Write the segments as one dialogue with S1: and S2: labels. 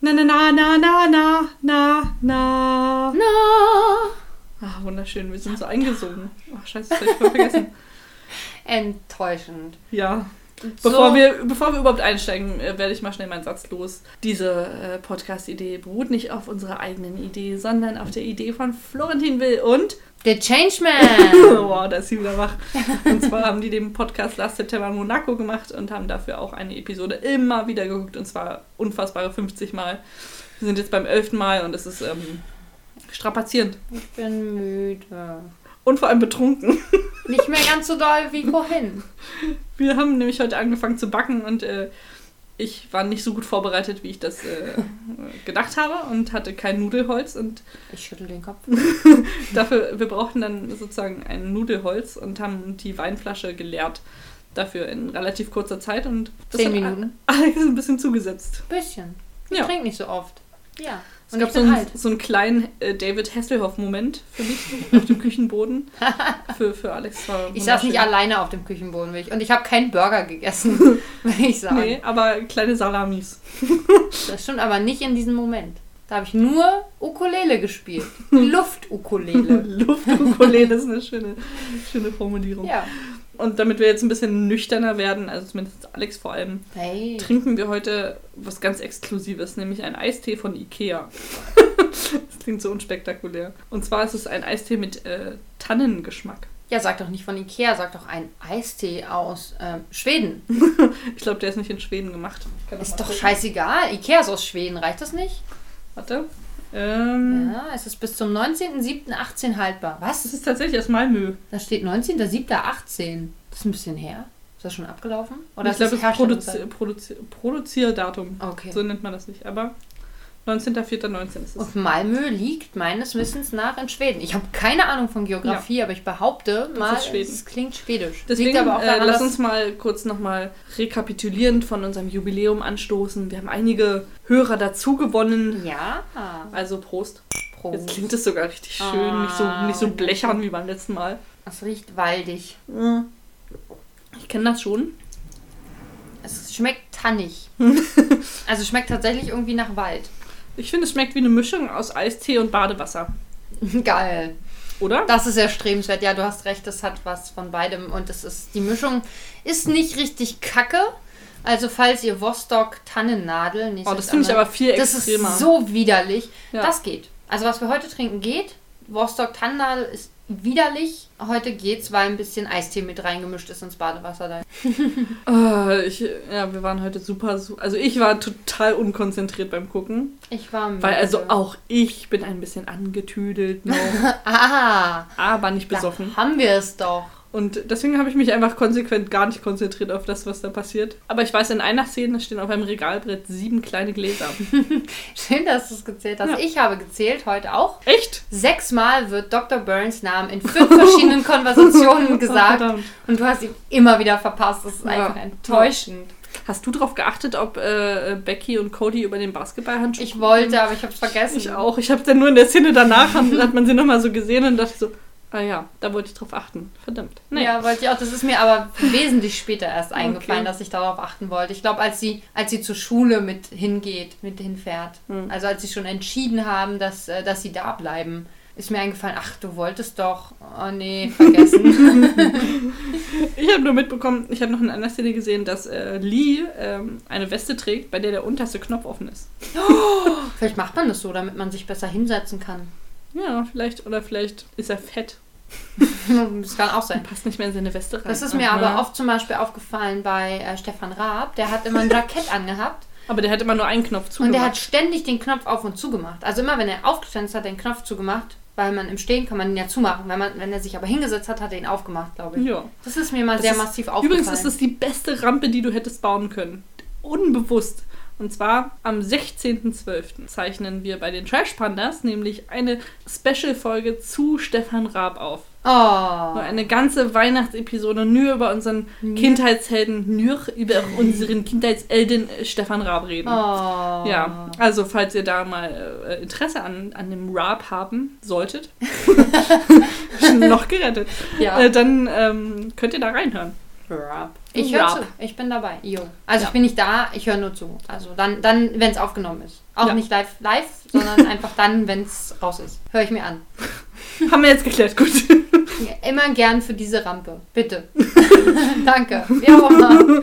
S1: Na, na, na, na, na, na, na, na.
S2: No.
S1: Ach, wunderschön, wir sind so eingesungen. Ach, scheiße, das hab ich voll vergessen.
S2: Enttäuschend.
S1: Ja.
S2: So.
S1: Bevor, wir, bevor wir überhaupt einsteigen, äh, werde ich mal schnell meinen Satz los. Diese äh, Podcast-Idee beruht nicht auf unserer eigenen Idee, sondern auf der Idee von Florentin Will und.
S2: The Changeman.
S1: Wow, da ist sie wieder wach. Und zwar haben die den Podcast Last September in Monaco gemacht und haben dafür auch eine Episode immer wieder geguckt und zwar unfassbare 50 Mal. Wir sind jetzt beim 11. Mal und es ist ähm, strapazierend
S2: ich bin müde.
S1: und vor allem betrunken.
S2: Nicht mehr ganz so doll wie vorhin.
S1: Wir haben nämlich heute angefangen zu backen und äh, ich war nicht so gut vorbereitet, wie ich das äh, gedacht habe und hatte kein Nudelholz und
S2: Ich schüttel den Kopf.
S1: dafür, wir brauchten dann sozusagen ein Nudelholz und haben die Weinflasche geleert. Dafür in relativ kurzer Zeit und das
S2: Zehn
S1: hat A-
S2: Minuten.
S1: Alex ein bisschen zugesetzt.
S2: Bisschen. Ich
S1: Ja.
S2: trinke nicht so oft. Ja.
S1: Es
S2: Und
S1: gab
S2: ich
S1: so
S2: bin halt.
S1: einen,
S2: alt.
S1: so einen kleinen äh, David Hasselhoff-Moment für mich auf dem Küchenboden. Für, für Alex war
S2: Ich saß nicht
S1: wunderschön.
S2: alleine auf dem Küchenboden. wirklich. Und ich habe keinen Burger gegessen, will ich sagen.
S1: Nee, aber kleine Salamis.
S2: Das stimmt, aber nicht in diesem Moment. Da habe ich nur Ukulele gespielt. Luft-Ukulele.
S1: Luftukulele ist eine schöne, schöne Formulierung.
S2: ja.
S1: Und damit wir jetzt ein bisschen nüchterner werden, also zumindest Alex vor allem,
S2: Hey.
S1: trinken wir heute was ganz Exklusives, nämlich einen Eistee von Ikea. das klingt so unspektakulär. Und zwar ist es ein Eistee mit äh, Tannengeschmack.
S2: Ja, sag doch nicht von Ikea, sag doch ein Eistee aus ähm, Schweden.
S1: Ich glaube, der ist nicht in Schweden gemacht. Ich kann noch mal
S2: Ist doch
S1: gucken.
S2: scheißegal. Ikea ist aus Schweden, reicht das nicht?
S1: Warte. Ähm,
S2: Ja, es ist bis zum 19.07.18 haltbar.
S1: Das
S2: Was?
S1: ist tatsächlich aus Malmö.
S2: Da steht 19.07.18. Das ist ein bisschen her. Ist das schon abgelaufen? Oder
S1: ich glaube,
S2: ist
S1: das
S2: das
S1: Produzi
S2: Herstellungsseite?
S1: Produzi Produzierdatum.
S2: Okay.
S1: So nennt man das nicht. Aber 19.04.19 ist es.
S2: Und Malmö liegt meines Wissens nach in Schweden. Ich habe keine Ahnung von Geografie, aber ich behaupte mal,
S1: ist Schweden.
S2: es klingt schwedisch.
S1: Deswegen
S2: liegt aber auch daran,
S1: äh, lass
S2: dass-
S1: uns mal kurz nochmal rekapitulierend von unserem Jubiläum anstoßen. Wir haben einige Hörer dazu gewonnen.
S2: ja,
S1: Also Prost. Jetzt
S2: Prost.
S1: klingt es sogar richtig schön. nicht, so,
S2: Ah.
S1: nicht so blechern wie beim letzten Mal.
S2: Es riecht waldig.
S1: Ich kenne das schon.
S2: Es schmeckt tannig. also es schmeckt tatsächlich irgendwie nach Wald.
S1: Ich finde, es schmeckt wie eine Mischung aus Eistee und Badewasser.
S2: Geil.
S1: Oder?
S2: Das ist erstrebenswert. Ja, du hast recht, das hat was von beidem. Und es ist, die Mischung ist nicht richtig kacke. Also falls ihr Vostok-Tannennadel nicht
S1: Oh, das finde ich aber viel
S2: Das
S1: extremer.
S2: ist so widerlich.
S1: Ja.
S2: Das geht. Also was wir heute trinken geht. Vostok-Tannennadel ist widerlich. Heute geht's, weil ein bisschen Eistee mit reingemischt ist ins Badewasser da.
S1: Ah, ich, ja, wir waren heute super, su- also ich war total unkonzentriert beim Gucken,
S2: Ich war müde.
S1: weil also auch ich bin ein bisschen angetüdelt noch,
S2: Ah,
S1: aber nicht
S2: da
S1: besoffen.
S2: haben wir es doch.
S1: Und deswegen habe ich mich einfach konsequent gar nicht konzentriert auf das, was da passiert. Aber ich weiß, in einer Szene stehen auf einem Regalbrett sieben kleine Gläser.
S2: Schön, dass du es gezählt hast.
S1: Ja.
S2: Ich habe gezählt heute auch.
S1: Echt?
S2: Sechsmal wird Dr. Burns Namen in fünf verschiedenen Konversationen gesagt.
S1: Oh, verdammt.
S2: und du hast ihn immer wieder verpasst. Das ist
S1: Ja.
S2: einfach enttäuschend.
S1: Hast du darauf geachtet, ob äh, Becky und Cody über den Basketballhandschuh?
S2: Ich wollte, aber ich habe es vergessen.
S1: Ich auch. Ich habe dann nur in der Szene danach haben, hat man sie nochmal so gesehen und dachte so, ah ja, da wollte ich drauf achten. Verdammt. Naja.
S2: Ja, wollte ich auch. Das ist mir aber wesentlich später erst eingefallen,
S1: Okay.
S2: dass ich darauf achten wollte. Ich glaube, als sie, als sie zur Schule mit hingeht, mit hinfährt,
S1: Hm.
S2: also als sie schon entschieden haben, dass, äh, dass sie da bleiben, ist mir eingefallen, ach, du wolltest doch. Oh nee, vergessen.
S1: Ich habe nur mitbekommen, ich habe noch in einer Szene gesehen, dass äh, Lee ähm, eine Weste trägt, bei der der unterste Knopf offen ist.
S2: Vielleicht macht man das so, damit man sich besser hinsetzen kann.
S1: Ja, vielleicht. Oder vielleicht ist er fett.
S2: Das kann auch sein.
S1: Passt nicht mehr in seine Weste rein.
S2: Das ist mir
S1: Aha.
S2: aber oft zum Beispiel aufgefallen bei äh, Stefan Raab. Der hat immer ein Jackett angehabt
S1: Aber der hat immer nur einen Knopf
S2: und
S1: zugemacht.
S2: der hat ständig den Knopf auf und zugemacht. Also immer, wenn er aufgestanden ist, hat er den Knopf zugemacht, weil man im Stehen kann man ihn ja zumachen. Wenn, man, wenn er sich aber hingesetzt hat, hat er ihn aufgemacht, glaube ich.
S1: Ja.
S2: Das ist mir mal
S1: Das
S2: sehr
S1: ist-
S2: Also massiv aufgefallen.
S1: Übrigens ist das die beste Rampe, die du hättest bauen können. Unbewusst. Und zwar am 16.12. zeichnen wir bei den Trash Pandas nämlich eine Special-Folge zu Stefan Raab auf. So
S2: Oh,
S1: eine ganze Weihnachtsepisode nur über unseren Kindheitshelden, nur über unseren Kindheitshelden äh, Stefan Raab reden.
S2: oh.
S1: Ja, also falls ihr da mal äh, Interesse an, an dem Rap haben solltet, noch gerettet,
S2: Ja.
S1: äh, dann ähm, könnt ihr da reinhören.
S2: Rap. Ich höre zu. Ich bin dabei. Jo. Also
S1: Ja.
S2: ich bin nicht da, ich höre nur zu. Also dann, dann wenn es aufgenommen ist. Auch
S1: Ja.
S2: nicht live, live, sondern einfach dann, wenn es raus ist. Höre ich mir an.
S1: Haben wir jetzt geklärt, gut.
S2: Immer gern für diese Rampe. Bitte. Danke. Wie auch immer.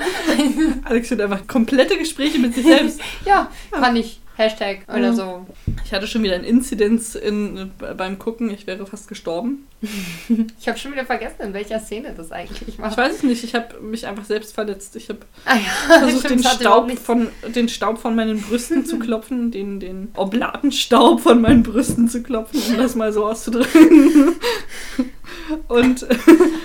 S1: Alex führt einfach komplette Gespräche mit sich selbst.
S2: Ja, kann ich. Hashtag oder so.
S1: Ich hatte schon wieder einen Inzidenz in, äh, beim Gucken. Ich wäre fast gestorben.
S2: Ich habe schon wieder vergessen, in welcher Szene das eigentlich war.
S1: Ich weiß es nicht. Ich habe mich einfach selbst verletzt. Ich habe
S2: Ah ja,
S1: versucht,
S2: stimmt,
S1: den
S2: das hat überhaupt
S1: Staub, von, den Staub von meinen Brüsten zu klopfen, den, den Oblatenstaub von meinen Brüsten zu klopfen, um das mal so auszudrücken. Und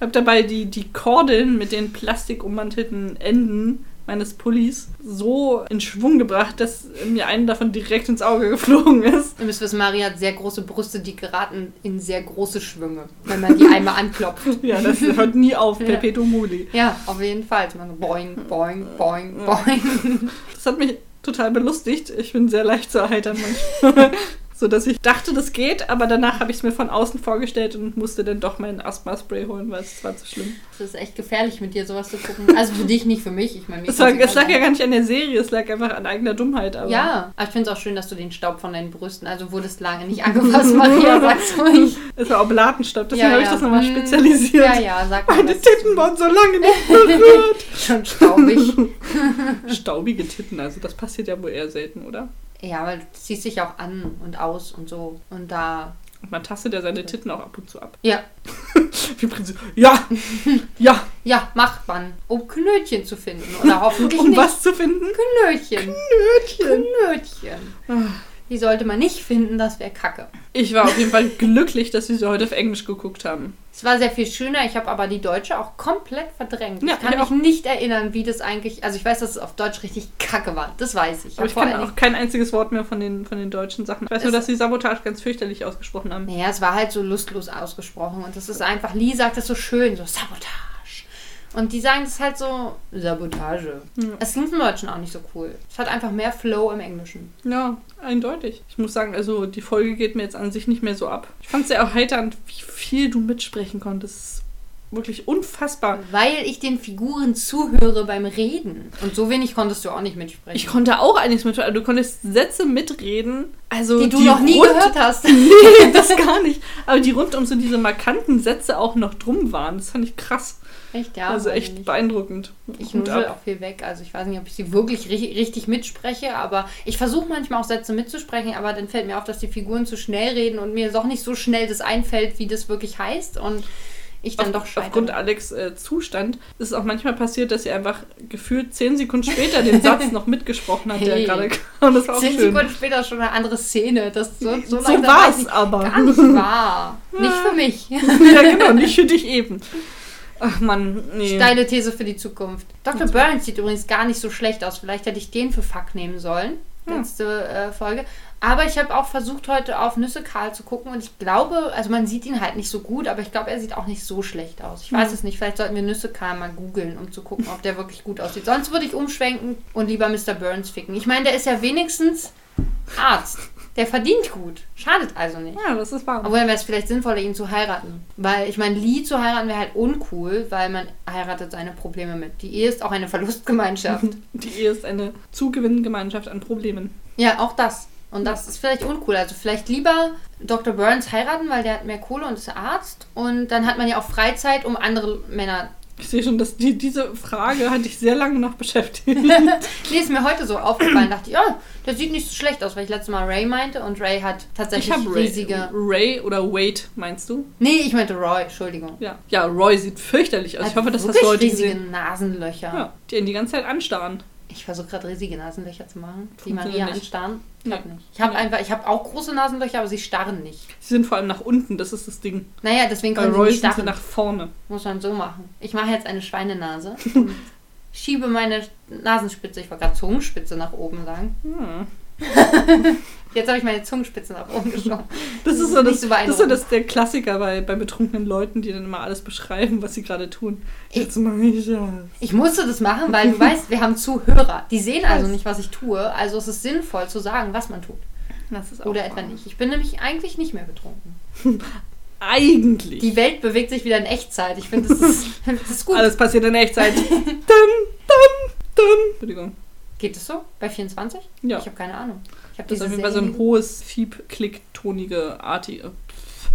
S1: habe dabei die, die Kordeln mit den plastikummantelten Enden meines Pullis so in Schwung gebracht, dass mir einen davon direkt ins Auge geflogen ist.
S2: Ihr müsst wissen, Maria hat sehr große Brüste, die geraten in sehr große Schwünge, wenn man die einmal anklopft.
S1: Ja, das hört nie auf,
S2: Ja.
S1: Perpetuum mobile.
S2: Ja, auf jeden Fall. Also man so boing, boing, boing, boing.
S1: Das hat mich total belustigt. Ich bin sehr leicht zu erheitern manchmal. so dass ich dachte, das geht, aber danach habe ich es mir von außen vorgestellt und musste dann doch mein Asthma-Spray holen, weil es war zu schlimm.
S2: Das ist echt gefährlich, mit dir sowas zu gucken. Also für dich nicht, für mich. Ich meine, mir
S1: Es, war,
S2: kann's
S1: es lag ja
S2: egal
S1: gar nicht an der Serie, es lag einfach an eigener Dummheit. Aber
S2: sein. Ja, aber ich finde es auch schön, dass du den Staub von deinen Brüsten, also wurdest lange nicht angefasst, Maria, sag's ruhig.
S1: Es war Oblatenstaub, deswegen
S2: ja,
S1: habe ich
S2: ja.
S1: das nochmal
S2: Hm,
S1: spezialisiert.
S2: Ja, ja, sag mal.
S1: Meine
S2: das.
S1: Titten waren so lange nicht berührt.
S2: Schon staubig.
S1: Staubige Titten, also das passiert ja wohl eher selten, oder?
S2: Ja, weil du ziehst dich auch an und aus und so. Und da.
S1: Und man tastet ja seine Titten auch ab und zu ab.
S2: Ja,
S1: Wie Prinz- Ja! Ja!
S2: ja, macht man, um Knötchen zu finden. Oder hoffentlich
S1: Um
S2: nicht.
S1: was zu finden?
S2: Knötchen.
S1: Knötchen.
S2: Knötchen.
S1: Ah.
S2: Die sollte man nicht finden, das wäre kacke.
S1: Ich war auf jeden Fall glücklich, dass wir sie heute auf Englisch geguckt haben.
S2: Es war sehr viel schöner, ich habe aber die Deutsche auch komplett verdrängt.
S1: Ja,
S2: ich kann
S1: ich auch.
S2: mich nicht erinnern, wie das eigentlich. Also ich weiß, dass es auf Deutsch richtig kacke war. Das weiß ich.
S1: Aber ich
S2: Vor
S1: kann
S2: allen
S1: auch kein einziges Wort mehr von den, von den deutschen Sachen. Ich weiß nur,
S2: Es-
S1: dass sie Sabotage ganz fürchterlich ausgesprochen haben.
S2: Naja, es war halt so lustlos ausgesprochen und das ist einfach, Lee sagt das so schön, so Sabotage. Und die sagen das halt so Sabotage. Es klingt im Deutschen auch nicht so cool. Es hat einfach mehr Flow im Englischen.
S1: Ja, eindeutig. Ich muss sagen, also die Folge geht mir jetzt an sich nicht mehr so ab. Ich fand es sehr erheiternd, wie viel du mitsprechen konntest. Das ist Wirklich unfassbar.
S2: Weil ich den Figuren zuhöre beim Reden. Und so wenig konntest du auch nicht mitsprechen.
S1: Ich konnte auch einiges mitreden. Du konntest Sätze mitreden, also
S2: die du noch nie
S1: rund-
S2: gehört hast.
S1: Nee, das gar nicht. Aber die rund um so diese markanten Sätze auch noch drum waren. Das fand ich krass.
S2: Echt, ja.
S1: also
S2: weiß
S1: echt
S2: nicht.
S1: beeindruckend.
S2: Ich
S1: Hut ab.
S2: nuschel auch viel weg. Also ich weiß nicht, ob ich sie wirklich ri richtig mitspreche, aber ich versuche manchmal auch Sätze mitzusprechen, aber dann fällt mir auf, dass die Figuren zu schnell reden und mir doch nicht so schnell das einfällt, wie das wirklich heißt und ich dann
S1: Auf,
S2: doch scheitere.
S1: aufgrund Alex äh, Zustand ist es auch manchmal passiert, dass sie einfach gefühlt zehn Sekunden später den Satz noch mitgesprochen hat, der
S2: Hey.
S1: gerade kam. Das war auch
S2: Zehn
S1: schön.
S2: Sekunden später schon eine andere Szene. Das so, so,
S1: So
S2: langsam
S1: war's
S2: weiß ich
S1: aber.
S2: Gar nicht wahr. Nicht für mich.
S1: ja, genau, nicht für dich eben. Ach Mann, nee.
S2: Steile These für die Zukunft. Dr. Burns sieht übrigens gar nicht so schlecht aus. Vielleicht hätte ich den für Fuck nehmen sollen.
S1: Hm.
S2: Letzte äh, Folge. Aber ich habe auch versucht, heute auf Nüsse Karl zu gucken und ich glaube, also man sieht ihn halt nicht so gut, aber ich glaube, er sieht auch nicht so schlecht aus. Ich weiß es nicht. Vielleicht sollten wir Nüsse Karl mal googeln, um zu gucken, ob der wirklich gut aussieht. Sonst würde ich umschwenken und lieber Mr. Burns ficken. Ich meine, der ist ja wenigstens Arzt. Der verdient gut. Schadet also nicht.
S1: Ja, das ist wahr.
S2: Obwohl, dann wäre es vielleicht sinnvoller, ihn zu heiraten. Weil, ich meine, Lee zu heiraten wäre halt uncool, weil man heiratet seine Probleme mit. Die Ehe ist auch eine Verlustgemeinschaft.
S1: Die Ehe ist eine Zugewinngemeinschaft an Problemen.
S2: ja, auch das. Und das ist vielleicht uncool. Also vielleicht lieber Dr. Burns heiraten, weil der hat mehr Kohle und ist Arzt. Und dann hat man ja auch Freizeit, um andere Männer...
S1: Ich sehe schon, dass die, diese Frage hat dich sehr lange noch beschäftigt.
S2: Nee, ist mir heute so aufgefallen. dachte ich, ja, der sieht nicht so schlecht aus, weil ich letztes Mal Ray meinte. Und Ray hat
S1: Ich
S2: tatsächlich
S1: habe Ray,
S2: riesige...
S1: Ray oder Wade, meinst du?
S2: Nee, ich meinte Roy, Entschuldigung.
S1: Ja. Ja, Roy sieht fürchterlich aus. Also ich
S2: Hat
S1: hoffe, das hast
S2: Äh, wirklich
S1: du heute
S2: riesige
S1: gesehen.
S2: Nasenlöcher.
S1: Ja, die ihn die ganze Zeit anstarren.
S2: Ich versuche gerade riesige Nasenlöcher zu machen, die
S1: Funktioniert
S2: Maria
S1: nicht.
S2: anstarren. Ich habe
S1: Nee.
S2: nicht. Ich habe
S1: Nee.
S2: einfach, ich habe auch große Nasenlöcher, aber sie starren nicht.
S1: Sie sind vor allem nach unten, das ist das Ding.
S2: Naja, deswegen
S1: Bei
S2: können
S1: Roy
S2: sie nicht
S1: sind sie
S2: starren.
S1: nach vorne.
S2: Muss man so machen. Ich mache jetzt eine Schweinenase und schiebe meine Nasenspitze, ich wollte gerade Zungenspitze nach oben sagen.
S1: Hm.
S2: Jetzt habe ich meine Zungenspitze nach oben geschoben.
S1: Das ist so, das,
S2: Nicht so
S1: das ist so
S2: beeindruckend.
S1: das, der Klassiker bei, bei betrunkenen Leuten, die dann immer alles beschreiben, was sie gerade tun.
S2: Ich-
S1: Jetzt mache ich das.
S2: Ich musste das machen, weil du weißt, wir haben Zuhörer. Die sehen also nicht, was ich tue. Also es ist sinnvoll zu sagen, was man tut.
S1: Das ist
S2: Oder etwa
S1: wahr.
S2: nicht. Ich bin nämlich eigentlich nicht mehr betrunken.
S1: Eigentlich.
S2: Die Welt bewegt sich wieder in Echtzeit. Ich finde, das, ist- das ist gut.
S1: Alles passiert in Echtzeit. dum, dum, dum. Entschuldigung.
S2: Geht es so? Bei 24?
S1: Ja.
S2: Ich habe keine Ahnung. Ich habe
S1: Das ist auf jeden
S2: diese
S1: Fall so
S2: Serie
S1: ein hohes, fieb-klick-tonige Arti. äh, pff,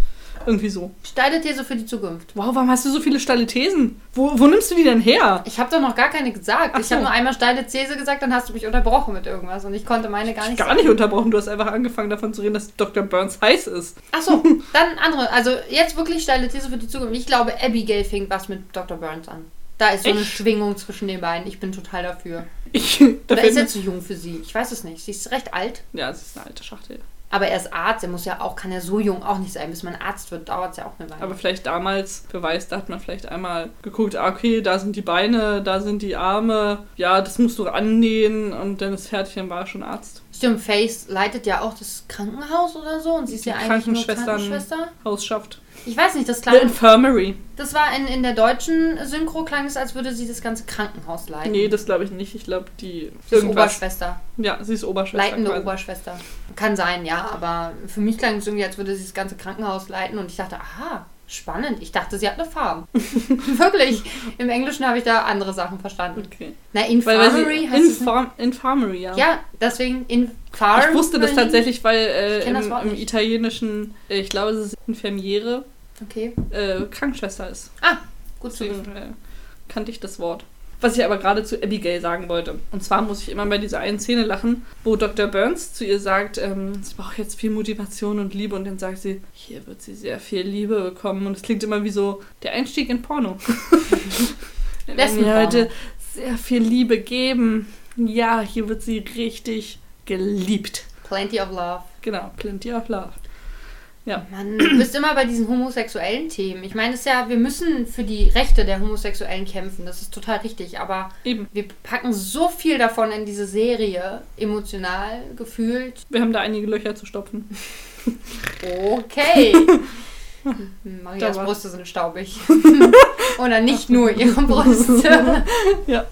S1: Irgendwie so.
S2: Steile These für die Zukunft.
S1: Wow, warum hast du so viele steile Thesen? Wo, wo nimmst du die denn her?
S2: Ich habe doch noch gar keine gesagt.
S1: Ach
S2: Ich
S1: so.
S2: habe nur einmal steile These gesagt, dann hast du mich unterbrochen mit irgendwas und ich konnte meine gar nicht.
S1: Gar nicht unterbrochen. Du hast einfach angefangen davon zu reden, dass Dr. Burns heiß ist.
S2: Achso, dann andere. Also jetzt wirklich steile These für die Zukunft. Ich glaube, Abigail fing was mit Dr. Burns an. Da ist so eine
S1: Echt?
S2: Schwingung zwischen den beiden. Ich bin total dafür.
S1: Ich, da
S2: Oder ist er
S1: fällt-
S2: zu jung für sie? Ich weiß es nicht. Sie ist recht alt,
S1: ja, es ist eine alte Schachtel.
S2: aber er ist Arzt. Er muss ja auch, kann ja so jung auch nicht sein. Bis man Arzt wird, dauert es ja auch eine Weile.
S1: Aber vielleicht damals, wer weiß, da hat man vielleicht einmal geguckt, ah, okay, da sind die Beine, da sind die Arme, ja, das musst du annähen und dann ist fertig, dann war er schon Arzt.
S2: Stimmt, Faith leitet ja auch das Krankenhaus oder so und sie ist
S1: Die
S2: ja eigentlich nur
S1: Krankenschwestern-
S2: Krankenschwester.
S1: Haus schafft.
S2: Ich weiß nicht, das
S1: The
S2: klang,
S1: Infirmary.
S2: das war in, in der deutschen Synchro klang es, als würde sie das ganze Krankenhaus leiten.
S1: Nee, das glaube ich nicht. Ich glaube, die.
S2: sie ist Oberschwester,
S1: Ja, sie ist Oberschwester.
S2: leitende
S1: quasi.
S2: Oberschwester. Kann sein, ja, aber für mich klang es irgendwie, als würde sie das ganze Krankenhaus leiten und ich dachte, aha, spannend. Ich dachte, sie hat eine Farm. Wirklich. Im Englischen habe ich da andere Sachen verstanden.
S1: Okay.
S2: Na,
S1: Weil, weil
S2: Infirmary
S1: sie,
S2: heißt es nicht?
S1: Infirm Infirmary, ja.
S2: Ja, deswegen Infirmary.
S1: Ich wusste das tatsächlich, weil äh,
S2: Ich
S1: im,
S2: kenn das Wort
S1: im
S2: nicht.
S1: italienischen, äh, ich glaube, es ist Infirmiere,
S2: Okay,
S1: äh, Krankenschwester ist.
S2: Ah, gut zu
S1: Deswegen äh, kannte ich das Wort. Was ich aber gerade zu Abigail sagen wollte. Und zwar muss ich immer bei dieser einen Szene lachen, wo Dr. Burns zu ihr sagt, ähm, sie braucht jetzt viel Motivation und Liebe. Und dann sagt sie, hier wird sie sehr viel Liebe bekommen. Und es klingt immer wie so der Einstieg in Porno. Wir werden ihr
S2: Lesbenporno.
S1: heute sehr viel Liebe geben. Ja, hier wird sie richtig geliebt.
S2: Plenty of Love.
S1: Genau, plenty of love.
S2: Mann, du bist immer bei diesen homosexuellen Themen. Ich meine, es ist ja, wir müssen für die Rechte der Homosexuellen kämpfen. Das ist total richtig. Aber
S1: Eben,
S2: wir packen so viel davon in diese Serie, emotional, gefühlt.
S1: wir haben da einige Löcher zu stopfen.
S2: Okay. Marias
S1: Da war-
S2: Brüste sind staubig. Oder nicht nur ihre Brüste.
S1: Ja.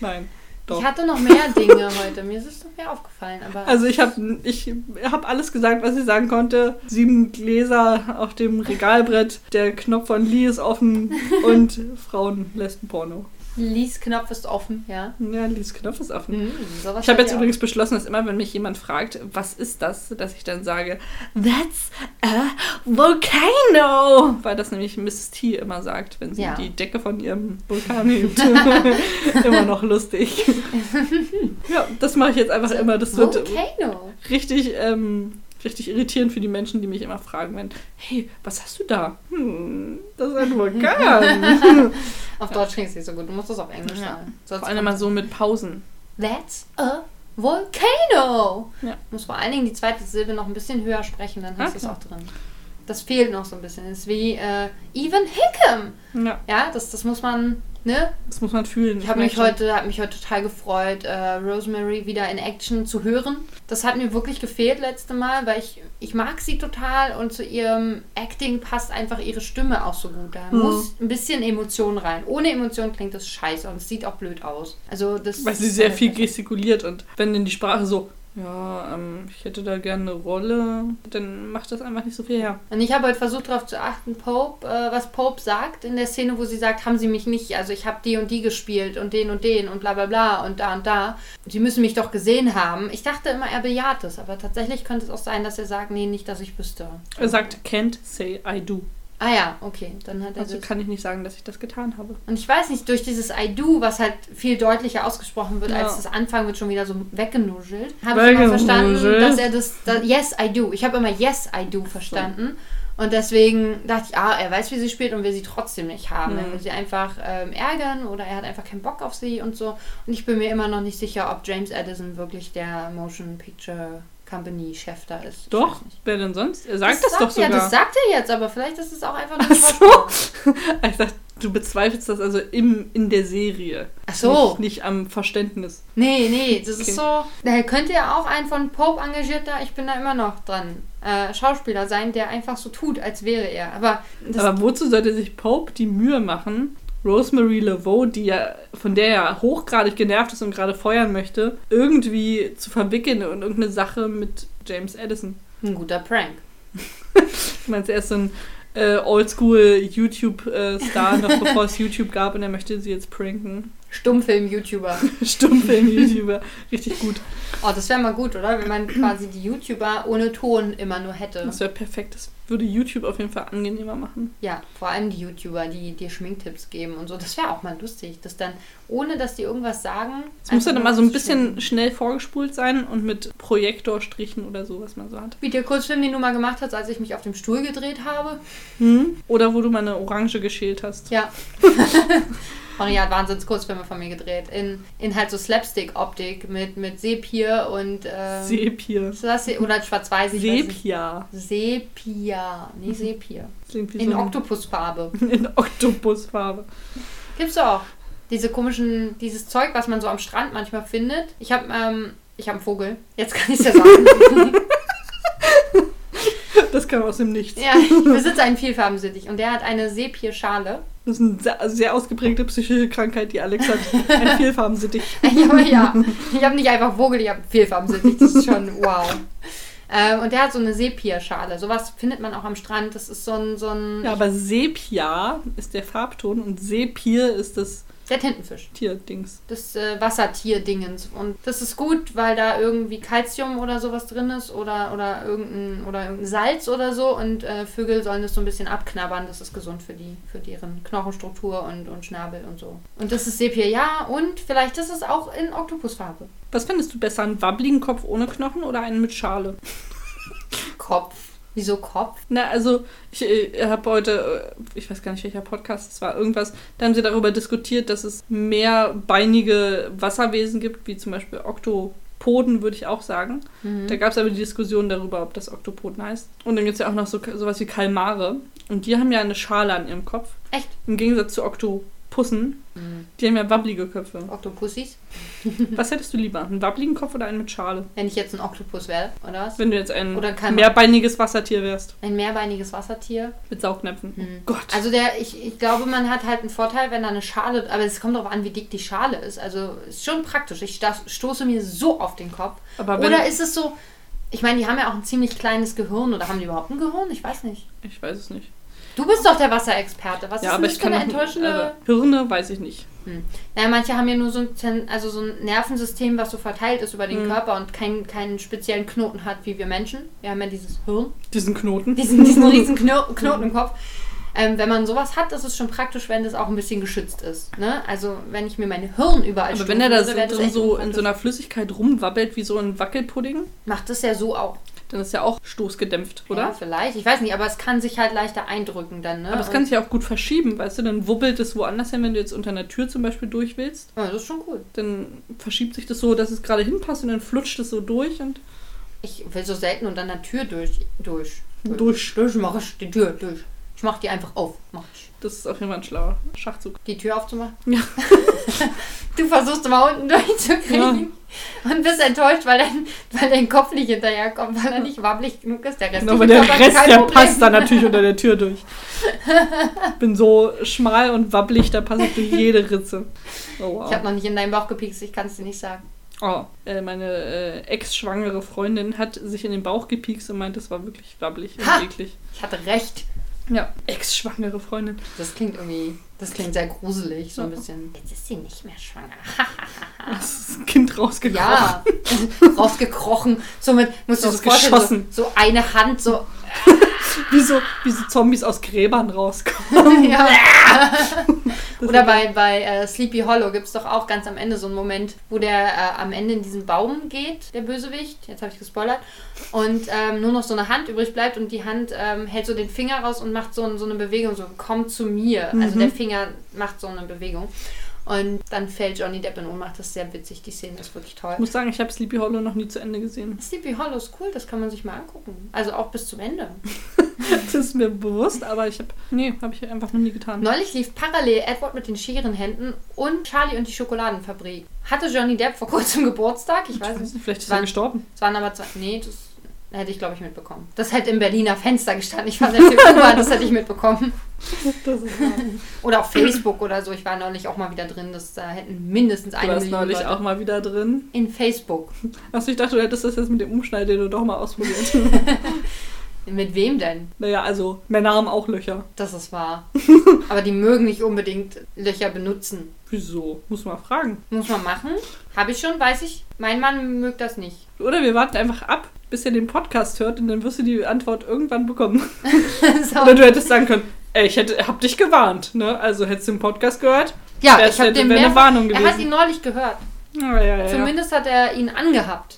S1: Nein. Doch.
S2: Ich hatte noch mehr Dinge heute. Mir ist es noch mehr aufgefallen. Aber
S1: Also ich habe ich hab alles gesagt, was ich sagen konnte. Sieben Gläser auf dem Regalbrett, der Knopf von Lee ist offen und Frauen lesben Porno.
S2: Lies Knopf ist offen, ja.
S1: Ja, Lees Knopf ist offen.
S2: Mhm, sowas
S1: Ich habe
S2: fällt
S1: jetzt
S2: mir
S1: übrigens beschlossen, dass immer, wenn mich jemand fragt, was ist das, dass ich dann sage, that's a volcano. Weil das nämlich Mrs. T immer sagt, wenn sie
S2: Ja.
S1: die Decke von ihrem Vulkan hebt. immer noch lustig. ja, das mache ich jetzt einfach immer. Das
S2: auf.
S1: wird
S2: Volcano.
S1: richtig, ähm, richtig irritierend für die Menschen, die mich immer fragen, wenn, hey, was hast du da? Hm, das ist ein Vulkan.
S2: Auf Deutsch klingt es nicht so gut. Du musst das auf Englisch
S1: Ja.
S2: sagen. Sonst
S1: Vor allem mal so mit Pausen.
S2: That's a volcano.
S1: Ja.
S2: Du musst vor allen Dingen die zweite Silbe noch ein bisschen höher sprechen, dann hast du es
S1: Ah,
S2: auch drin. Das fehlt noch so ein bisschen. Das ist wie äh, Even Hickam.
S1: Ja,
S2: Ja, das, das muss man, ne?
S1: das muss man fühlen.
S2: Ich habe
S1: merk
S2: mich
S1: schon.
S2: heute, hab mich heute total gefreut, äh, Rosemary wieder in Action zu hören. Das hat mir wirklich gefehlt letzte Mal, weil ich, ich mag sie total und zu ihrem Acting passt einfach ihre Stimme auch so gut. Da
S1: Mhm.
S2: muss ein bisschen Emotion rein. Ohne Emotion klingt das scheiße und es sieht auch blöd aus. Also das
S1: Weil sie sehr viel gestikuliert und wenn dann die Sprache so, ja, ähm, ich hätte da gerne eine Rolle, dann macht das einfach nicht so viel her.
S2: Und ich habe heute versucht darauf zu achten, Pope, äh, was Pope sagt in der Szene, wo sie sagt, haben sie mich nicht, also ich habe die und die gespielt und den und den und bla bla bla und da und da. Sie müssen mich doch gesehen haben. Ich dachte immer, er bejaht es, aber tatsächlich könnte es auch sein, dass er sagt, nee, nicht, dass ich wüsste.
S1: Er sagt, can't say I do.
S2: Ah ja, okay, dann hat er
S1: Also
S2: das.
S1: kann ich nicht sagen, dass ich das getan habe.
S2: Und ich weiß nicht, durch dieses I do, was halt viel deutlicher ausgesprochen wird,
S1: Ja.
S2: als das Anfang wird schon wieder so weggenuschelt, habe ich immer
S1: Weggenuschelt.
S2: verstanden, dass er das, da- yes, I do. Ich habe immer yes, I do verstanden. Und deswegen dachte ich, ah, er weiß, wie sie spielt und will sie trotzdem nicht haben. Er
S1: Mhm.
S2: will sie einfach ähm, ärgern oder er hat einfach keinen Bock auf sie und so. Und ich bin mir immer noch nicht sicher, ob James Addison wirklich der Motion Picture Company Chef da ist. Ich
S1: Doch,
S2: weiß nicht.
S1: wer denn sonst? Er sagt das,
S2: sagt
S1: doch sogar.
S2: Ja, das sagt er jetzt, aber vielleicht ist es auch einfach nur
S1: Ach so.
S2: Schauspieler.
S1: ich sag, du bezweifelst das also im, in der Serie.
S2: Ach so.
S1: Nicht, nicht am Verständnis.
S2: Nee, nee, das
S1: Okay.
S2: ist so. Da könnte ja auch ein von Pope engagierter, ich bin da immer noch dran, äh, Schauspieler sein, der einfach so tut, als wäre er. Aber das,
S1: Aber wozu sollte sich Pope die Mühe machen, Rosemary Laveau, die ja, von der er hochgradig genervt ist und gerade feuern möchte, irgendwie zu verwickeln in irgendeine Sache mit James Addison?
S2: Ein guter Prank.
S1: Du meinst, er ist so ein äh, Oldschool-YouTube-Star, noch bevor es YouTube gab und er möchte sie jetzt pranken.
S2: Stummfilm-YouTuber.
S1: Stummfilm-YouTuber. Richtig gut.
S2: Oh, das wäre mal gut, oder? Wenn man quasi die YouTuber ohne Ton immer nur hätte.
S1: Das wäre perfekt. Das würde YouTube auf jeden Fall angenehmer machen.
S2: Ja, vor allem die YouTuber, die dir Schminktipps geben und so. Das wäre auch mal lustig, dass dann, ohne dass die irgendwas sagen.
S1: Es muss
S2: einfach
S1: dann immer so
S2: nur
S1: ein bisschen schnell vorgespult sein und mit Projektorstrichen oder so, was man so hat.
S2: Wie der Kurzfilm, den du mal gemacht hast, als ich mich auf dem Stuhl gedreht habe.
S1: Hm? Oder wo du mal eine Orange geschält hast.
S2: Ja. Conny hat wahnsinns Kurzfilme von mir gedreht. In, in halt so Slapstick-Optik mit, mit Sepia und. Ähm,
S1: Sepia.
S2: was war das? Oder schwarz-weiß. ich weiß nicht.
S1: Sepia.
S2: Sepia. Nee, Sepia.
S1: Das klingt wie
S2: In
S1: so ein-
S2: Oktopusfarbe.
S1: in Oktopusfarbe.
S2: Gibt's auch. Diese komischen, dieses Zeug, was man so am Strand manchmal findet. Ich habe ähm, ich habe einen Vogel. Jetzt kann ich's ja sagen.
S1: Das kam aus dem Nichts.
S2: ja, ich besitze einen Vielfarbensittich und der hat eine Sepia-Schale.
S1: Das ist eine sehr, sehr ausgeprägte psychische Krankheit, die Alex hat. Ein Vielfarbensittich.
S2: Ich habe ja, ich habe nicht einfach Vogel, ich habe Vielfarbensittich. Das ist schon wow. Ähm, und der hat so eine Sepia-Schale. Sowas findet man auch am Strand. Das ist so ein, so ein
S1: Ja, aber Sepia ist der Farbton und Sepir ist das
S2: der Tintenfisch.
S1: Tierdings.
S2: Das äh, Wassertier-Dingens. Und das ist gut, weil da irgendwie Calcium oder sowas drin ist oder, oder, irgendein, oder irgendein Salz oder so. Und äh, Vögel sollen das so ein bisschen abknabbern. Das ist gesund für die, für deren Knochenstruktur und, und Schnabel und so. Und das ist Sepia, ja. Und vielleicht ist es auch in Oktopusfarbe.
S1: Was findest du besser, einen wabbligen Kopf ohne Knochen oder einen mit Schale?
S2: Kopf. Wieso Kopf?
S1: Na, also, ich äh, habe heute, äh, ich weiß gar nicht, welcher Podcast es war, irgendwas, da haben sie darüber diskutiert, dass es mehr beinige Wasserwesen gibt, wie zum Beispiel Oktopoden, würde ich auch sagen.
S2: Mhm.
S1: Da gab es aber die Diskussion darüber, ob das Oktopoden heißt. Und dann gibt es ja auch noch so, sowas wie Kalmare. Und die haben ja eine Schale an ihrem Kopf.
S2: Echt?
S1: Im Gegensatz zu Oktopussen.
S2: Mhm.
S1: Die haben ja wabbelige Köpfe.
S2: Oktopussis? Mhm.
S1: Was hättest du lieber? Einen wabbligen Kopf oder einen mit Schale?
S2: Wenn ich jetzt ein Oktopus wäre, oder was?
S1: Wenn du jetzt ein
S2: Oder Kalmar.
S1: mehrbeiniges Wassertier wärst.
S2: Ein mehrbeiniges Wassertier.
S1: Mit Saugnäpfen.
S2: Hm.
S1: Oh Gott.
S2: Also der, ich, ich glaube, man hat halt einen Vorteil, wenn da eine Schale, aber es kommt darauf an, wie dick die Schale ist. Also ist schon praktisch. Ich sta- stoße mir so auf den Kopf.
S1: aber wenn,
S2: Oder ist es so, ich meine, die haben ja auch ein ziemlich kleines Gehirn oder haben die überhaupt ein Gehirn? Ich weiß nicht.
S1: ich weiß es nicht.
S2: Du bist doch der Wasserexperte. Was
S1: ja,
S2: ist denn
S1: aber
S2: das
S1: ich
S2: für
S1: kann
S2: eine
S1: auch-
S2: enttäuschende...
S1: also, Hirne weiß ich nicht.
S2: Hm. Naja, manche haben ja nur so ein, Zen- also so ein Nervensystem, was so verteilt ist über
S1: Mhm.
S2: den Körper und keinen keinen speziellen Knoten hat, wie wir Menschen. Wir haben ja dieses Hirn.
S1: Diesen Knoten.
S2: diesen, diesen riesen Knir Knoten im Kopf. Ähm, wenn man sowas hat, ist es schon praktisch, wenn das auch ein bisschen geschützt ist. Ne? Also wenn ich mir meine Hirn überall
S1: aber
S2: stufen
S1: wenn er da
S2: würde,
S1: so,
S2: wäre das
S1: drin
S2: echt
S1: so in
S2: unpraktisch.
S1: so einer Flüssigkeit rumwabbelt, wie so ein Wackelpudding,
S2: macht das ja so auch,
S1: dann ist ja auch stoßgedämpft, oder?
S2: Ja, vielleicht, ich weiß nicht, aber es kann sich halt leichter eindrücken dann. Ne?
S1: Aber es
S2: Und-
S1: kann sich ja auch gut verschieben, weißt du? Dann wubbelt es woanders hin, wenn du jetzt unter einer Tür zum Beispiel durch willst.
S2: ja, das ist schon cool.
S1: dann verschiebt sich das so, dass es gerade hinpasst und dann flutscht es so durch und
S2: Ich will so selten unter einer Tür durch, durch,
S1: Durch.
S2: durch mache ich die Tür durch. Ich mache die einfach auf, mach ich.
S1: das ist auf jeden Fall ein schlauer Schachzug.
S2: Die Tür aufzumachen.
S1: Ja.
S2: Du versuchst immer unten durchzukriegen und bist enttäuscht, weil dein, weil dein Kopf nicht hinterherkommt, weil er nicht wabbelig genug ist. Der Rest,
S1: Genau, aber der Rest, der passt dann natürlich unter der Tür durch. Ich bin so schmal und wabbelig, da passe ich durch jede Ritze. Oh,
S2: Ich habe
S1: wow.
S2: noch nicht in deinen Bauch gepiekst, ich kann es dir nicht sagen.
S1: Oh, äh, meine äh, ex-schwangere Freundin hat sich in den Bauch gepiekst und meint, das war wirklich wabbelig und
S2: Ha!
S1: eklig.
S2: Ich hatte recht.
S1: Ja, ex-schwangere Freundin.
S2: Das klingt irgendwie, das klingt sehr gruselig, so ein
S1: Ja.
S2: bisschen. Jetzt ist sie nicht mehr schwanger.
S1: Das ist das Kind rausgekommen.
S2: Ja, rausgekrochen, somit musst du so vorstellen,
S1: Rausgeschossen.
S2: so, so eine Hand so.
S1: Wie, so, wie so Zombies aus Gräbern rauskommen.
S2: Ja. Oder bei, bei äh, Sleepy Hollow gibt es doch auch ganz am Ende so einen Moment, wo der äh, am Ende in diesen Baum geht, der Bösewicht, jetzt habe ich gespoilert, und ähm, nur noch so eine Hand übrig bleibt und die Hand ähm, hält so den Finger raus und macht so, ein- so eine Bewegung, so komm zu mir. Also der Finger macht so eine Bewegung. Und dann fällt Johnny Depp in Ohnmacht. Das ist sehr witzig, die Szene ist wirklich toll.
S1: Ich muss sagen, ich habe Sleepy Hollow noch nie zu Ende gesehen.
S2: Sleepy Hollow ist cool, das kann man sich mal angucken. Also auch bis zum Ende.
S1: Das ist mir bewusst, aber ich habe. Nee, habe ich einfach noch nie getan.
S2: Neulich lief parallel Edward mit den schieren Händen und Charlie und die Schokoladenfabrik. Hatte Johnny Depp vor kurzem Geburtstag? Ich weiß nicht.
S1: Vielleicht ist
S2: Wann?
S1: er gestorben.
S2: Es waren aber zwei. Nee, das hätte ich, glaube ich, mitbekommen. Das hätte im Berliner Fenster gestanden. Ich war sehr viel U-Bahn, das hätte ich mitbekommen.
S1: Das ist wahr.
S2: Oder auf Facebook oder so. Ich war neulich auch mal wieder drin, dass da hätten mindestens
S1: Du
S2: eine
S1: warst
S2: Million
S1: neulich
S2: Leute.
S1: auch mal wieder drin.
S2: In Facebook.
S1: Achso, ich dachte, du hättest das jetzt mit dem Umschneidedildo doch mal ausprobiert.
S2: Mit wem denn?
S1: naja, also Männer haben auch Löcher.
S2: Das ist wahr. Aber die mögen nicht unbedingt Löcher benutzen.
S1: Wieso? Muss man fragen.
S2: Muss man machen. Habe ich schon, weiß ich. Mein Mann mögt das nicht.
S1: Oder wir warten einfach ab, bis ihr den Podcast hört und dann wirst du die Antwort irgendwann bekommen.
S2: So.
S1: Oder du hättest sagen können, ey, ich hätte, hab dich gewarnt, ne? Also hättest du den Podcast gehört?
S2: Ja,
S1: wär's-
S2: ich habe
S1: hätte-
S2: den
S1: wär eine
S2: mehr.
S1: Warnung gewesen.
S2: Er hat ihn neulich gehört.
S1: ja, ja, ja, ja.
S2: Zumindest hat er ihn angehabt.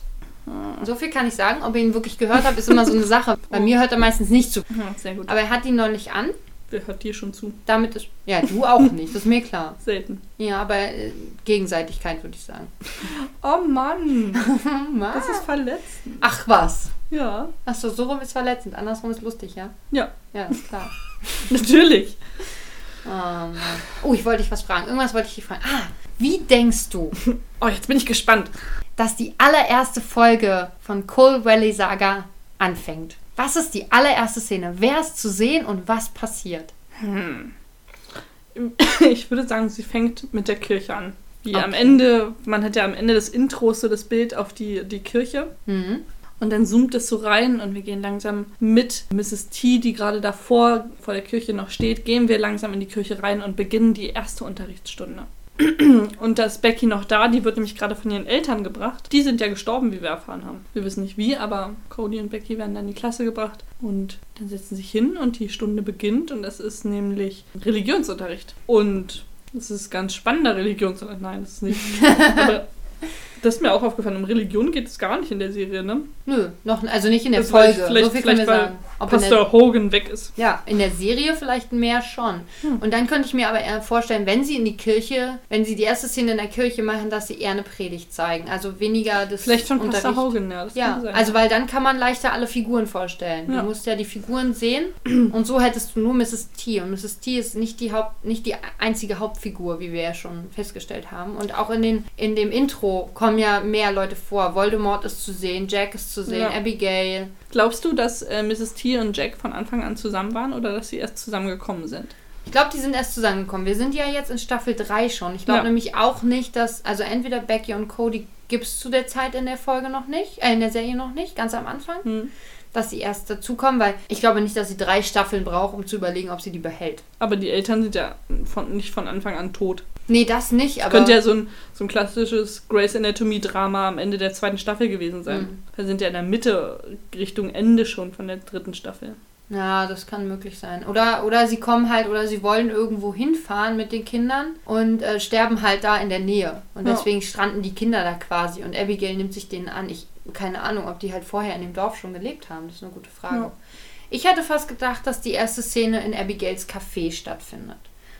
S2: So viel kann ich sagen. Ob er ihn wirklich gehört hat, ist immer so eine Sache. Bei mir hört er meistens nicht zu.
S1: Ja, Sehr gut.
S2: Aber er hat ihn neulich an.
S1: Wer hört dir schon zu?
S2: Damit ist. Ja, du auch nicht, das ist mir klar.
S1: Selten.
S2: Ja, aber äh, Gegenseitigkeit würde ich sagen.
S1: Oh Mann,
S2: Mann.
S1: das ist verletzend.
S2: Ach was.
S1: Ja,
S2: Achso, so rum ist verletzend, andersrum ist lustig, ja?
S1: ja,
S2: Ja, ist klar.
S1: natürlich.
S2: Ähm, oh, ich wollte dich was fragen. Irgendwas wollte ich dich fragen. Ah, wie denkst du,
S1: Oh, jetzt bin ich gespannt.
S2: dass die allererste Folge von Coal Valley Saga anfängt? Was ist die allererste Szene? Wer ist zu sehen und was passiert?
S1: Ich würde sagen, sie fängt mit der Kirche an. Die am
S2: Okay.
S1: Ende, man hat ja am Ende des Intros so das Bild auf die, die Kirche.
S2: Mhm.
S1: Und dann zoomt es so rein und wir gehen langsam mit Mrs. T, die gerade davor vor der Kirche noch steht, gehen wir langsam in die Kirche rein und beginnen die erste Unterrichtsstunde. Und da ist Becky noch da, die wird nämlich gerade von ihren Eltern gebracht. Die sind ja gestorben, wie wir erfahren haben. Wir wissen nicht wie, aber Cody und Becky werden dann in die Klasse gebracht und dann setzen sich hin und die Stunde beginnt und es ist nämlich Religionsunterricht. Und es ist ganz spannender Religionsunterricht. Nein, das ist nicht. aber das ist mir auch aufgefallen. Um Religion geht es gar nicht in der Serie, ne?
S2: Nö, noch, also nicht in der
S1: Das vielleicht-
S2: Folge.
S1: halt vielleicht-
S2: so viel können wir
S1: vielleicht, weil
S2: sagen. Ob in der
S1: Pastor Hogan weg ist.
S2: Ja, in der Serie vielleicht mehr schon. Und dann könnte ich mir aber eher vorstellen, wenn sie in die Kirche, wenn sie die erste Szene in der Kirche machen, dass sie eher eine Predigt zeigen. Also weniger das
S1: Vielleicht schon Pastor
S2: Unterricht.
S1: Hogan, ja. Das
S2: Ja,
S1: kann sein.
S2: also weil dann kann man leichter alle Figuren vorstellen.
S1: Ja.
S2: Du musst ja die Figuren sehen und so hättest du nur Mrs. T. Und Mrs. T ist nicht die Haupt, nicht die einzige Hauptfigur, wie wir ja schon festgestellt haben. Und auch in, den, in dem Intro kommen ja mehr Leute vor. Voldemort ist zu sehen, Jack ist zu sehen,
S1: Ja.
S2: Abigail.
S1: Glaubst du, dass äh, Mrs. T und Jack von Anfang an zusammen waren oder dass sie erst zusammengekommen sind?
S2: Ich glaube, die sind erst zusammengekommen. Wir sind ja jetzt in Staffel 3 schon. Ich glaube
S1: Ja.
S2: nämlich auch nicht, dass. Also entweder Becky und Cody gibt es zu der Zeit in der Folge noch nicht, äh, in der Serie noch nicht, ganz am Anfang,
S1: Hm.
S2: dass sie erst dazukommen, weil ich glaube nicht, dass sie drei Staffeln braucht, um zu überlegen, ob sie die behält.
S1: Aber die Eltern sind ja von, nicht von Anfang an tot.
S2: Nee, das nicht, aber.
S1: Könnte ja so ein, so ein klassisches Grey's Anatomy-Drama am Ende der zweiten Staffel gewesen sein.
S2: Mhm.
S1: Wir sind ja in der Mitte, Richtung Ende schon von der dritten Staffel.
S2: Ja, das kann möglich sein. Oder, oder sie kommen halt oder sie wollen irgendwo hinfahren mit den Kindern und äh, sterben halt da in der Nähe. Und
S1: Ja.
S2: deswegen stranden die Kinder da quasi und Abigail nimmt sich denen an. Ich keine Ahnung, ob die halt vorher in dem Dorf schon gelebt haben. Das ist eine gute Frage.
S1: Ja.
S2: Ich hätte fast gedacht, dass die erste Szene in Abigails Café stattfindet.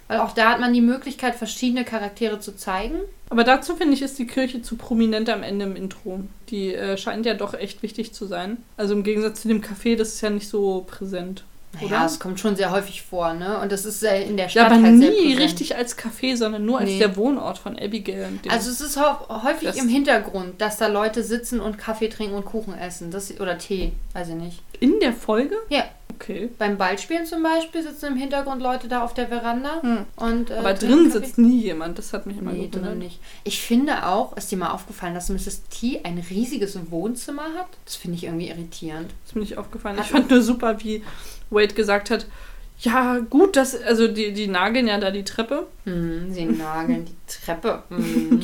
S2: Weil auch da hat man die Möglichkeit, verschiedene Charaktere zu zeigen.
S1: Aber dazu finde ich, ist die Kirche zu prominent am Ende im Intro. Die äh, scheint ja doch echt wichtig zu sein. Also im Gegensatz zu dem Café, das ist ja nicht so präsent.
S2: Naja, es kommt schon sehr häufig vor, ne? Und das ist sehr in der
S1: Ja,
S2: Stadt
S1: aber
S2: halt sehr
S1: nie
S2: präsent.
S1: richtig als Café, sondern nur als
S2: Nee.
S1: der Wohnort von Abigail. und dem-
S2: Also es ist hau- häufig
S1: Das-
S2: im Hintergrund, dass da Leute sitzen und Kaffee trinken und Kuchen essen. Das, oder Tee, weiß ich nicht.
S1: in der Folge?
S2: Ja.
S1: Okay.
S2: Beim Ballspielen zum Beispiel sitzen im Hintergrund Leute da auf der Veranda.
S1: Hm.
S2: Und, äh,
S1: Aber
S2: trinken
S1: drin
S2: Kaffee.
S1: sitzt nie jemand, das hat mich immer
S2: Nee,
S1: gewundert.
S2: drin nicht. Ich finde auch, ist dir mal aufgefallen, dass Mrs. T ein riesiges Wohnzimmer hat? Das finde ich irgendwie irritierend.
S1: Das ist mir nicht aufgefallen.
S2: Hat-
S1: Ich fand nur super, wie Wade gesagt hat, ja, gut, dass, also die, die nageln ja da die Treppe.
S2: Hm, sie nageln die Treppe. Hm.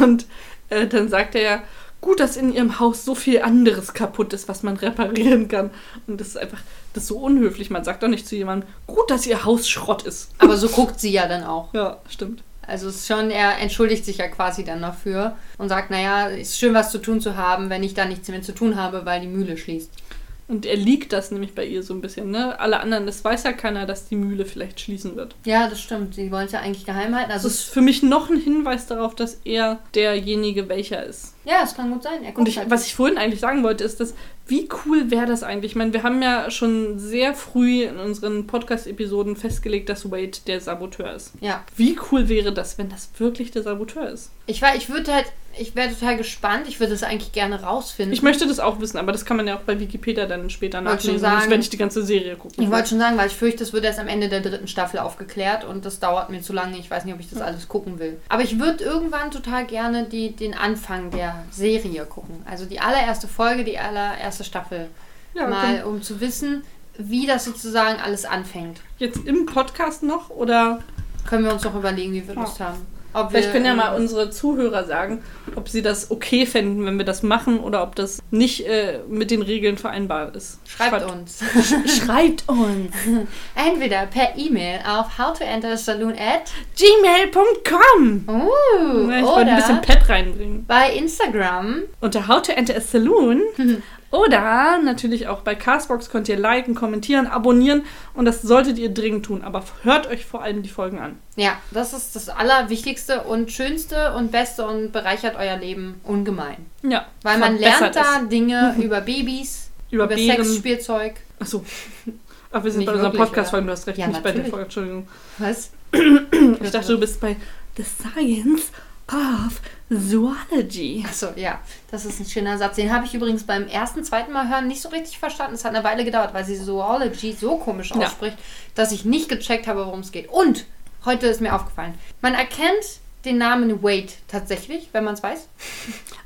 S1: Und äh, dann sagt er ja, gut, dass in ihrem Haus so viel anderes kaputt ist, was man reparieren kann. Und das ist einfach, das ist so unhöflich. Man sagt doch nicht zu jemandem, gut, dass ihr Haus Schrott ist.
S2: Aber so guckt sie ja dann auch.
S1: Ja, stimmt.
S2: Also es ist schon, er entschuldigt sich ja quasi dann dafür und sagt, naja, ist schön, was zu tun zu haben, wenn ich da nichts mehr zu tun habe, weil die Mühle schließt.
S1: Und er liegt das nämlich bei ihr so ein bisschen, ne? Alle anderen, das weiß ja keiner, dass die Mühle vielleicht schließen wird.
S2: Ja, das stimmt. Sie wollen es ja eigentlich geheim halten. Also
S1: Das ist
S2: es,
S1: für mich noch ein Hinweis darauf, dass er derjenige welcher ist.
S2: ja, es kann gut sein. Er
S1: Und
S2: guckt
S1: ich,
S2: halt.
S1: was ich vorhin eigentlich sagen wollte, ist, dass wie cool wäre das eigentlich? Ich meine, wir haben ja schon sehr früh in unseren Podcast-Episoden festgelegt, dass Wade der Saboteur ist.
S2: ja,
S1: Wie cool wäre das, wenn das wirklich der Saboteur ist?
S2: ich war, ich würde halt, ich wäre total gespannt. Ich würde das eigentlich gerne rausfinden.
S1: Ich möchte das auch wissen, aber das kann man ja auch bei Wikipedia dann später
S2: Mhm. Wollte schon
S1: nachlesen,
S2: sagen.
S1: das, wenn ich die ganze Serie gucke.
S2: Ich wollte schon sagen, weil ich fürchte, es wird erst am Ende der dritten Staffel aufgeklärt und das dauert mir zu lange. Ich weiß nicht, ob ich das alles gucken will. Aber ich würde irgendwann total gerne die, den Anfang der Serie gucken. Also die allererste Folge, die allererste Staffel.
S1: Ja,
S2: mal, um zu wissen, wie das sozusagen alles anfängt.
S1: Jetzt im Podcast noch oder
S2: Können wir uns noch überlegen, wie wir
S1: Ja.
S2: Lust haben. Ob
S1: vielleicht
S2: wir,
S1: können ja
S2: ähm,
S1: mal unsere Zuhörer sagen, ob sie das okay fänden, wenn wir das machen oder ob das nicht äh, mit den Regeln vereinbar ist.
S2: Schreibt uns.
S1: uns. Schreibt uns.
S2: Entweder per E-Mail auf howtoentersaloon at
S1: gmail.com.
S2: uh,
S1: Ja, ich wollte ein bisschen
S2: oder
S1: Pep reinbringen.
S2: bei Instagram
S1: Unter How to Enter a Saloon.
S2: Mhm.
S1: Oder natürlich auch bei Castbox könnt ihr liken, kommentieren, abonnieren und das solltet ihr dringend tun. Aber hört euch vor allem die Folgen an.
S2: Ja, das ist das Allerwichtigste und Schönste und Beste und bereichert euer Leben ungemein.
S1: Ja,
S2: Weil man
S1: verbessert
S2: lernt da
S1: es.
S2: Dinge über Babys,
S1: Über
S2: über
S1: Bären.
S2: Sexspielzeug.
S1: Achso. Ach, wir sind
S2: Nicht
S1: bei unserem
S2: wirklich,
S1: Podcast-Folgen, du hast recht,
S2: Ja,
S1: nicht bei der
S2: natürlich.
S1: Folge, Entschuldigung.
S2: Was?
S1: Ich dachte, du bist bei The Science of Zoology.
S2: Achso, ja, das ist ein schöner Satz. Den habe ich übrigens beim ersten, zweiten Mal hören nicht so richtig verstanden. Es hat eine Weile gedauert, weil sie Zoology so komisch
S1: Ja.
S2: ausspricht, dass ich nicht gecheckt habe, worum es geht. Und heute ist mir aufgefallen, man erkennt den Namen Wade tatsächlich, wenn man es weiß.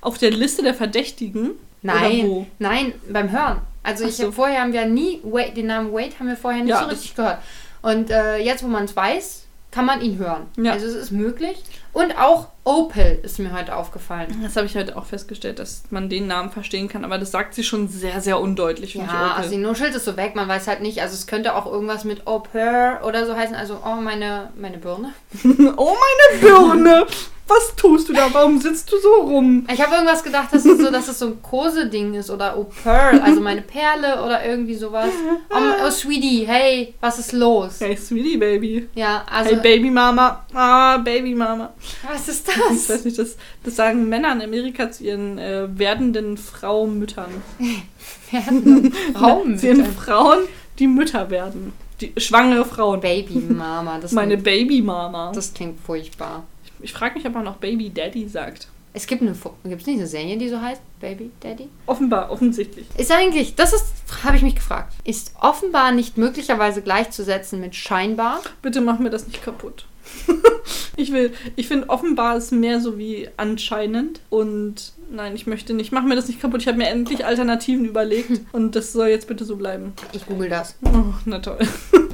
S1: Auf der Liste der Verdächtigen? Oder wo?
S2: Nein, nein, beim Hören. Also
S1: Ach
S2: ich
S1: so.
S2: hab- vorher haben wir nie Wade, den Namen Wade haben wir vorher nicht
S1: Ja,
S2: so
S1: das-
S2: richtig gehört. Und äh, jetzt, wo man es weiß, kann man ihn hören.
S1: Ja.
S2: Also es ist möglich. Und auch Opel ist mir heute aufgefallen.
S1: Das habe ich heute auch festgestellt, dass man den Namen verstehen kann, aber das sagt sie schon sehr, sehr undeutlich. finde ich,
S2: Ja,
S1: Opel.
S2: also die Nuschelt ist so weg, man weiß halt nicht. Also es könnte auch irgendwas mit Opel oder so heißen. Also, oh, meine, meine Birne.
S1: oh, meine Birne! Was tust du da? Warum sitzt du so rum?
S2: Ich habe irgendwas gedacht, dass es so, dass es so ein Kose-Ding ist oder Oh Pearl, also meine Perle oder irgendwie sowas. Oh, oh Sweetie, hey, was ist los?
S1: Hey, Sweetie Baby.
S2: Ja, also,
S1: hey, Baby Mama. Ah, Baby Mama.
S2: was ist
S1: Ich
S2: das?
S1: weiß nicht, das, das sagen Männer in Amerika zu ihren äh, werdenden Fraumüttern.
S2: werden. Raum
S1: Zu ihren Frauen, die Mütter werden. Die schwangere Frauen.
S2: Oh, Baby Mama, das,
S1: Meine
S2: klingt,
S1: Baby Mama.
S2: das klingt furchtbar.
S1: Ich frage mich, ob man noch Baby Daddy sagt.
S2: Es gibt eine gibt es nicht eine Serie, die so heißt Baby Daddy?
S1: Offenbar, offensichtlich.
S2: Ist eigentlich, das ist habe ich mich gefragt. Ist offenbar nicht möglicherweise gleichzusetzen mit scheinbar?
S1: Bitte mach mir das nicht kaputt. ich will, ich finde offenbar ist mehr so wie anscheinend und nein, ich möchte nicht. Mach mir das nicht kaputt. Ich habe mir endlich Alternativen überlegt und das soll jetzt bitte so bleiben.
S2: Ich google das.
S1: Oh, na toll.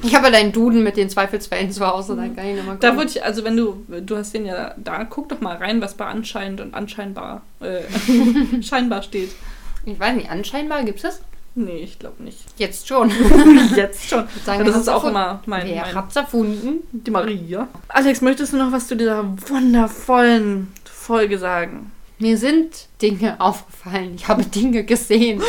S2: Ich habe ja deinen Duden mit den Zweifelsfällen zu Hause, dann kann ich nochmal gucken.
S1: Da würde ich, also wenn du, du hast den ja da, guck doch mal rein, was bei anscheinend und anscheinbar, äh, scheinbar steht.
S2: ich weiß nicht, anscheinbar gibt es das?
S1: Nee, ich glaube nicht.
S2: Jetzt schon.
S1: Jetzt schon.
S2: Sagen,
S1: das
S2: wir
S1: ist
S2: haben
S1: auch
S2: erfunden.
S1: immer mein,
S2: Wer
S1: mein
S2: hat's erfunden?
S1: die Maria. Alex, möchtest du noch was zu dieser wundervollen Folge sagen?
S2: Mir sind Dinge aufgefallen. Ich habe Dinge gesehen.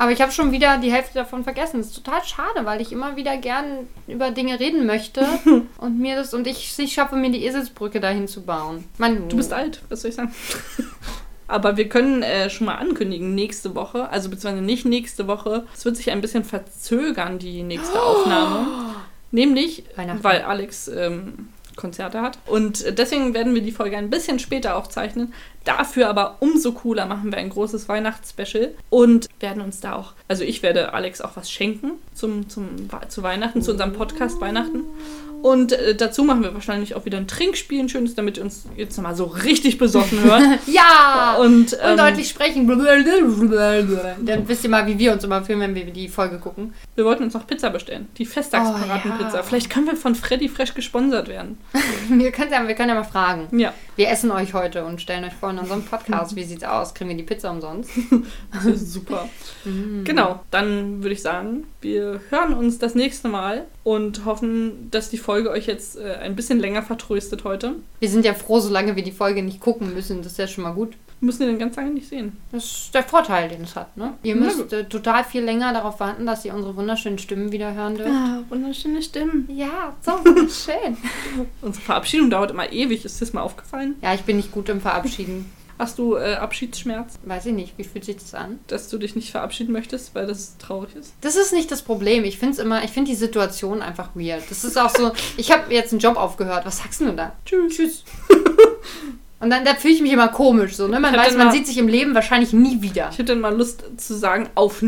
S2: Aber ich habe schon wieder die Hälfte davon vergessen. Das ist total schade, weil ich immer wieder gern über Dinge reden möchte und mir das und ich es nicht schaffe, mir die Eselsbrücke dahin zu bauen. Manu.
S1: Du bist alt, was soll ich sagen? Aber wir können äh, schon mal ankündigen, nächste Woche, also beziehungsweise nicht nächste Woche, es wird sich ein bisschen verzögern, die nächste Aufnahme. Nämlich,
S2: Weihnachten.
S1: weil Alex ähm, Konzerte hat. Und äh, deswegen werden wir die Folge ein bisschen später aufzeichnen. Dafür aber umso cooler machen wir ein großes Weihnachtsspecial und werden uns da auch, also ich werde Alex auch was schenken zum, zum, zu Weihnachten, zu unserem Podcast Weihnachten. Und äh, dazu machen wir wahrscheinlich auch wieder ein Trinkspiel, ein schönes, damit ihr uns jetzt nochmal so richtig besoffen hört.
S2: Ja! Und,
S1: Und, ähm,
S2: deutlich sprechen. Dann wisst ihr mal, wie wir uns immer fühlen, wenn wir die Folge gucken.
S1: wir wollten uns noch Pizza bestellen. Die
S2: Oh,
S1: Festtagsparatenpizza.
S2: ja.
S1: Vielleicht können wir von Freddy Fresh gesponsert werden.
S2: Wir können ja, wir können ja mal fragen.
S1: Ja,
S2: Wir essen euch heute und stellen euch vor in unserem Podcast. Wie sieht's aus? Kriegen wir die Pizza umsonst?
S1: das ist super. genau, dann würde ich sagen, wir hören uns das nächste Mal und hoffen, dass die Folge euch jetzt äh, ein bisschen länger vertröstet heute.
S2: Wir sind ja froh, solange wir die Folge nicht gucken müssen. Das ist ja schon mal gut.
S1: Wir müssen den ganz lange nicht sehen.
S2: Das ist der Vorteil, den es hat, ne? Ihr
S1: Na
S2: müsst
S1: gut.
S2: äh, total viel länger darauf warten, dass ihr unsere wunderschönen Stimmen wieder hören dürft.
S1: Ah, wunderschöne Stimmen.
S2: Ja, so schön.
S1: Unsere Verabschiedung dauert immer ewig. Ist dir das mal aufgefallen?
S2: Ja, ich bin nicht gut im Verabschieden.
S1: Hast du äh, Abschiedsschmerz,
S2: Weiß ich nicht, wie fühlt sich das an?
S1: dass du dich nicht verabschieden möchtest, weil das traurig ist?
S2: Das ist nicht das Problem. Ich finde es immer, ich finde die Situation einfach weird. Das ist auch so, ich habe jetzt einen Job aufgehört. Was sagst du denn da?
S1: Tschüss.
S2: Tschüss. Und dann da fühle ich mich immer komisch so, ne? Man
S1: Ich hab
S2: weiß,
S1: den
S2: man
S1: mal-
S2: sieht sich im Leben wahrscheinlich nie wieder.
S1: Ich hätte dann mal Lust zu sagen, auf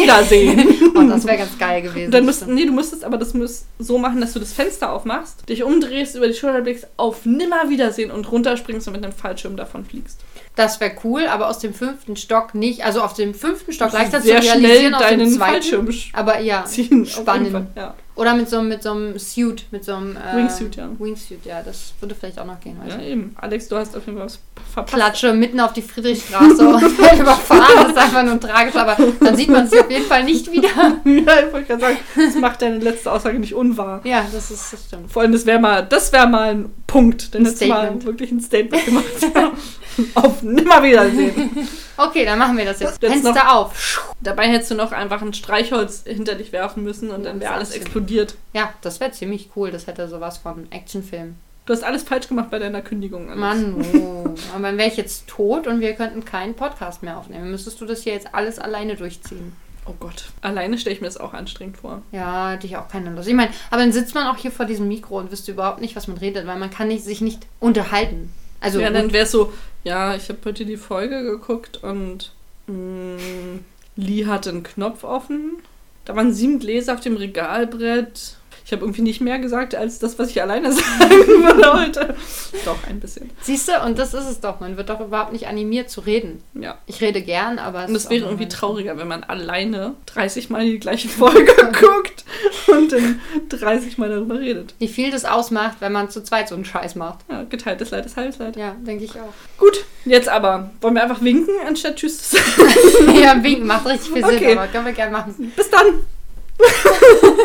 S1: Nimmerwiedersehen.
S2: Oh, das wäre ganz geil gewesen.
S1: Und dann
S2: das
S1: müsst, nee, du müsstest aber das müsst so machen, dass du das Fenster aufmachst, dich umdrehst, über die Schulter blickst, auf Nimmerwiedersehen und runterspringst und mit einem Fallschirm davon fliegst.
S2: das wäre cool, aber aus dem fünften Stock nicht. Also auf dem fünften Stock
S1: Du musst
S2: leichter zu
S1: sehr
S2: realisieren
S1: schnell
S2: aus dem
S1: deinen
S2: zweiten.
S1: Fallschirm sch-
S2: Aber ja,
S1: ziehen. auf jeden
S2: spannend.
S1: Fall, Ja.
S2: Oder mit so, einem- mit so einem Suit, mit so einem äh,
S1: Wingsuit, ja.
S2: Wingsuit, ja, das würde vielleicht auch noch gehen. Weiß
S1: ja,
S2: ich.
S1: eben. Alex, du hast auf jeden Fall was verpasst.
S2: Klatsche mitten auf die Friedrichstraße und werde überfahren, das ist einfach nur tragisch, aber dann sieht man es auf jeden Fall nicht wieder.
S1: ja, ich wollte gerade sagen, das macht deine letzte Aussage nicht unwahr.
S2: Ja, das ist das stimmt.
S1: Vor allem, das wäre mal, das wäre mal ein Punkt, denn
S2: Ein
S1: das mal
S2: Statement.
S1: wirklich ein Statement gemacht. auf Nimmerwiedersehen.
S2: Okay, dann machen wir das jetzt.
S1: Jetzt
S2: Fenster auf.
S1: Dabei hättest du noch einfach ein Streichholz hinter dich werfen müssen und dann wäre alles explodiert.
S2: Ja, das wäre ziemlich cool. Das hätte sowas von Actionfilm.
S1: Du hast alles falsch gemacht bei deiner Kündigung. Alex.
S2: Mann, oh. aber dann wäre ich jetzt tot und wir könnten keinen Podcast mehr aufnehmen. Müsstest du das hier jetzt alles alleine durchziehen?
S1: Oh Gott. Alleine stelle ich mir das auch anstrengend vor.
S2: Ja, hätte ich auch keine Lust. Ich meine, aber dann sitzt man auch hier vor diesem Mikro und wüsste überhaupt nicht, was man redet, weil man kann nicht, sich nicht unterhalten. Also,
S1: ja, dann wäre es so, ja, ich habe heute die Folge geguckt und mh, Lee hatte einen Knopf offen. Da waren sieben Gläser auf dem Regalbrett. Ich habe irgendwie nicht mehr gesagt als das, was ich alleine sagen würde heute. Doch, ein bisschen.
S2: siehst du, und das ist es doch. Man wird doch überhaupt nicht animiert zu reden.
S1: Ja.
S2: Ich rede gern, aber es
S1: Und
S2: ist
S1: es
S2: auch
S1: wäre
S2: nur
S1: irgendwie
S2: mein-
S1: trauriger, wenn man alleine 30 Mal die gleiche Folge guckt und dann 30 Mal darüber redet.
S2: Wie viel das ausmacht, wenn man zu zweit so einen Scheiß macht.
S1: Ja, geteiltes Leid ist halbes Leid.
S2: Ja, denke ich auch.
S1: Gut, jetzt aber. Wollen wir einfach winken, anstatt Tschüss zu sagen?
S2: ja, winken macht richtig viel Sinn,
S1: Okay.
S2: aber können wir gerne machen.
S1: Bis dann!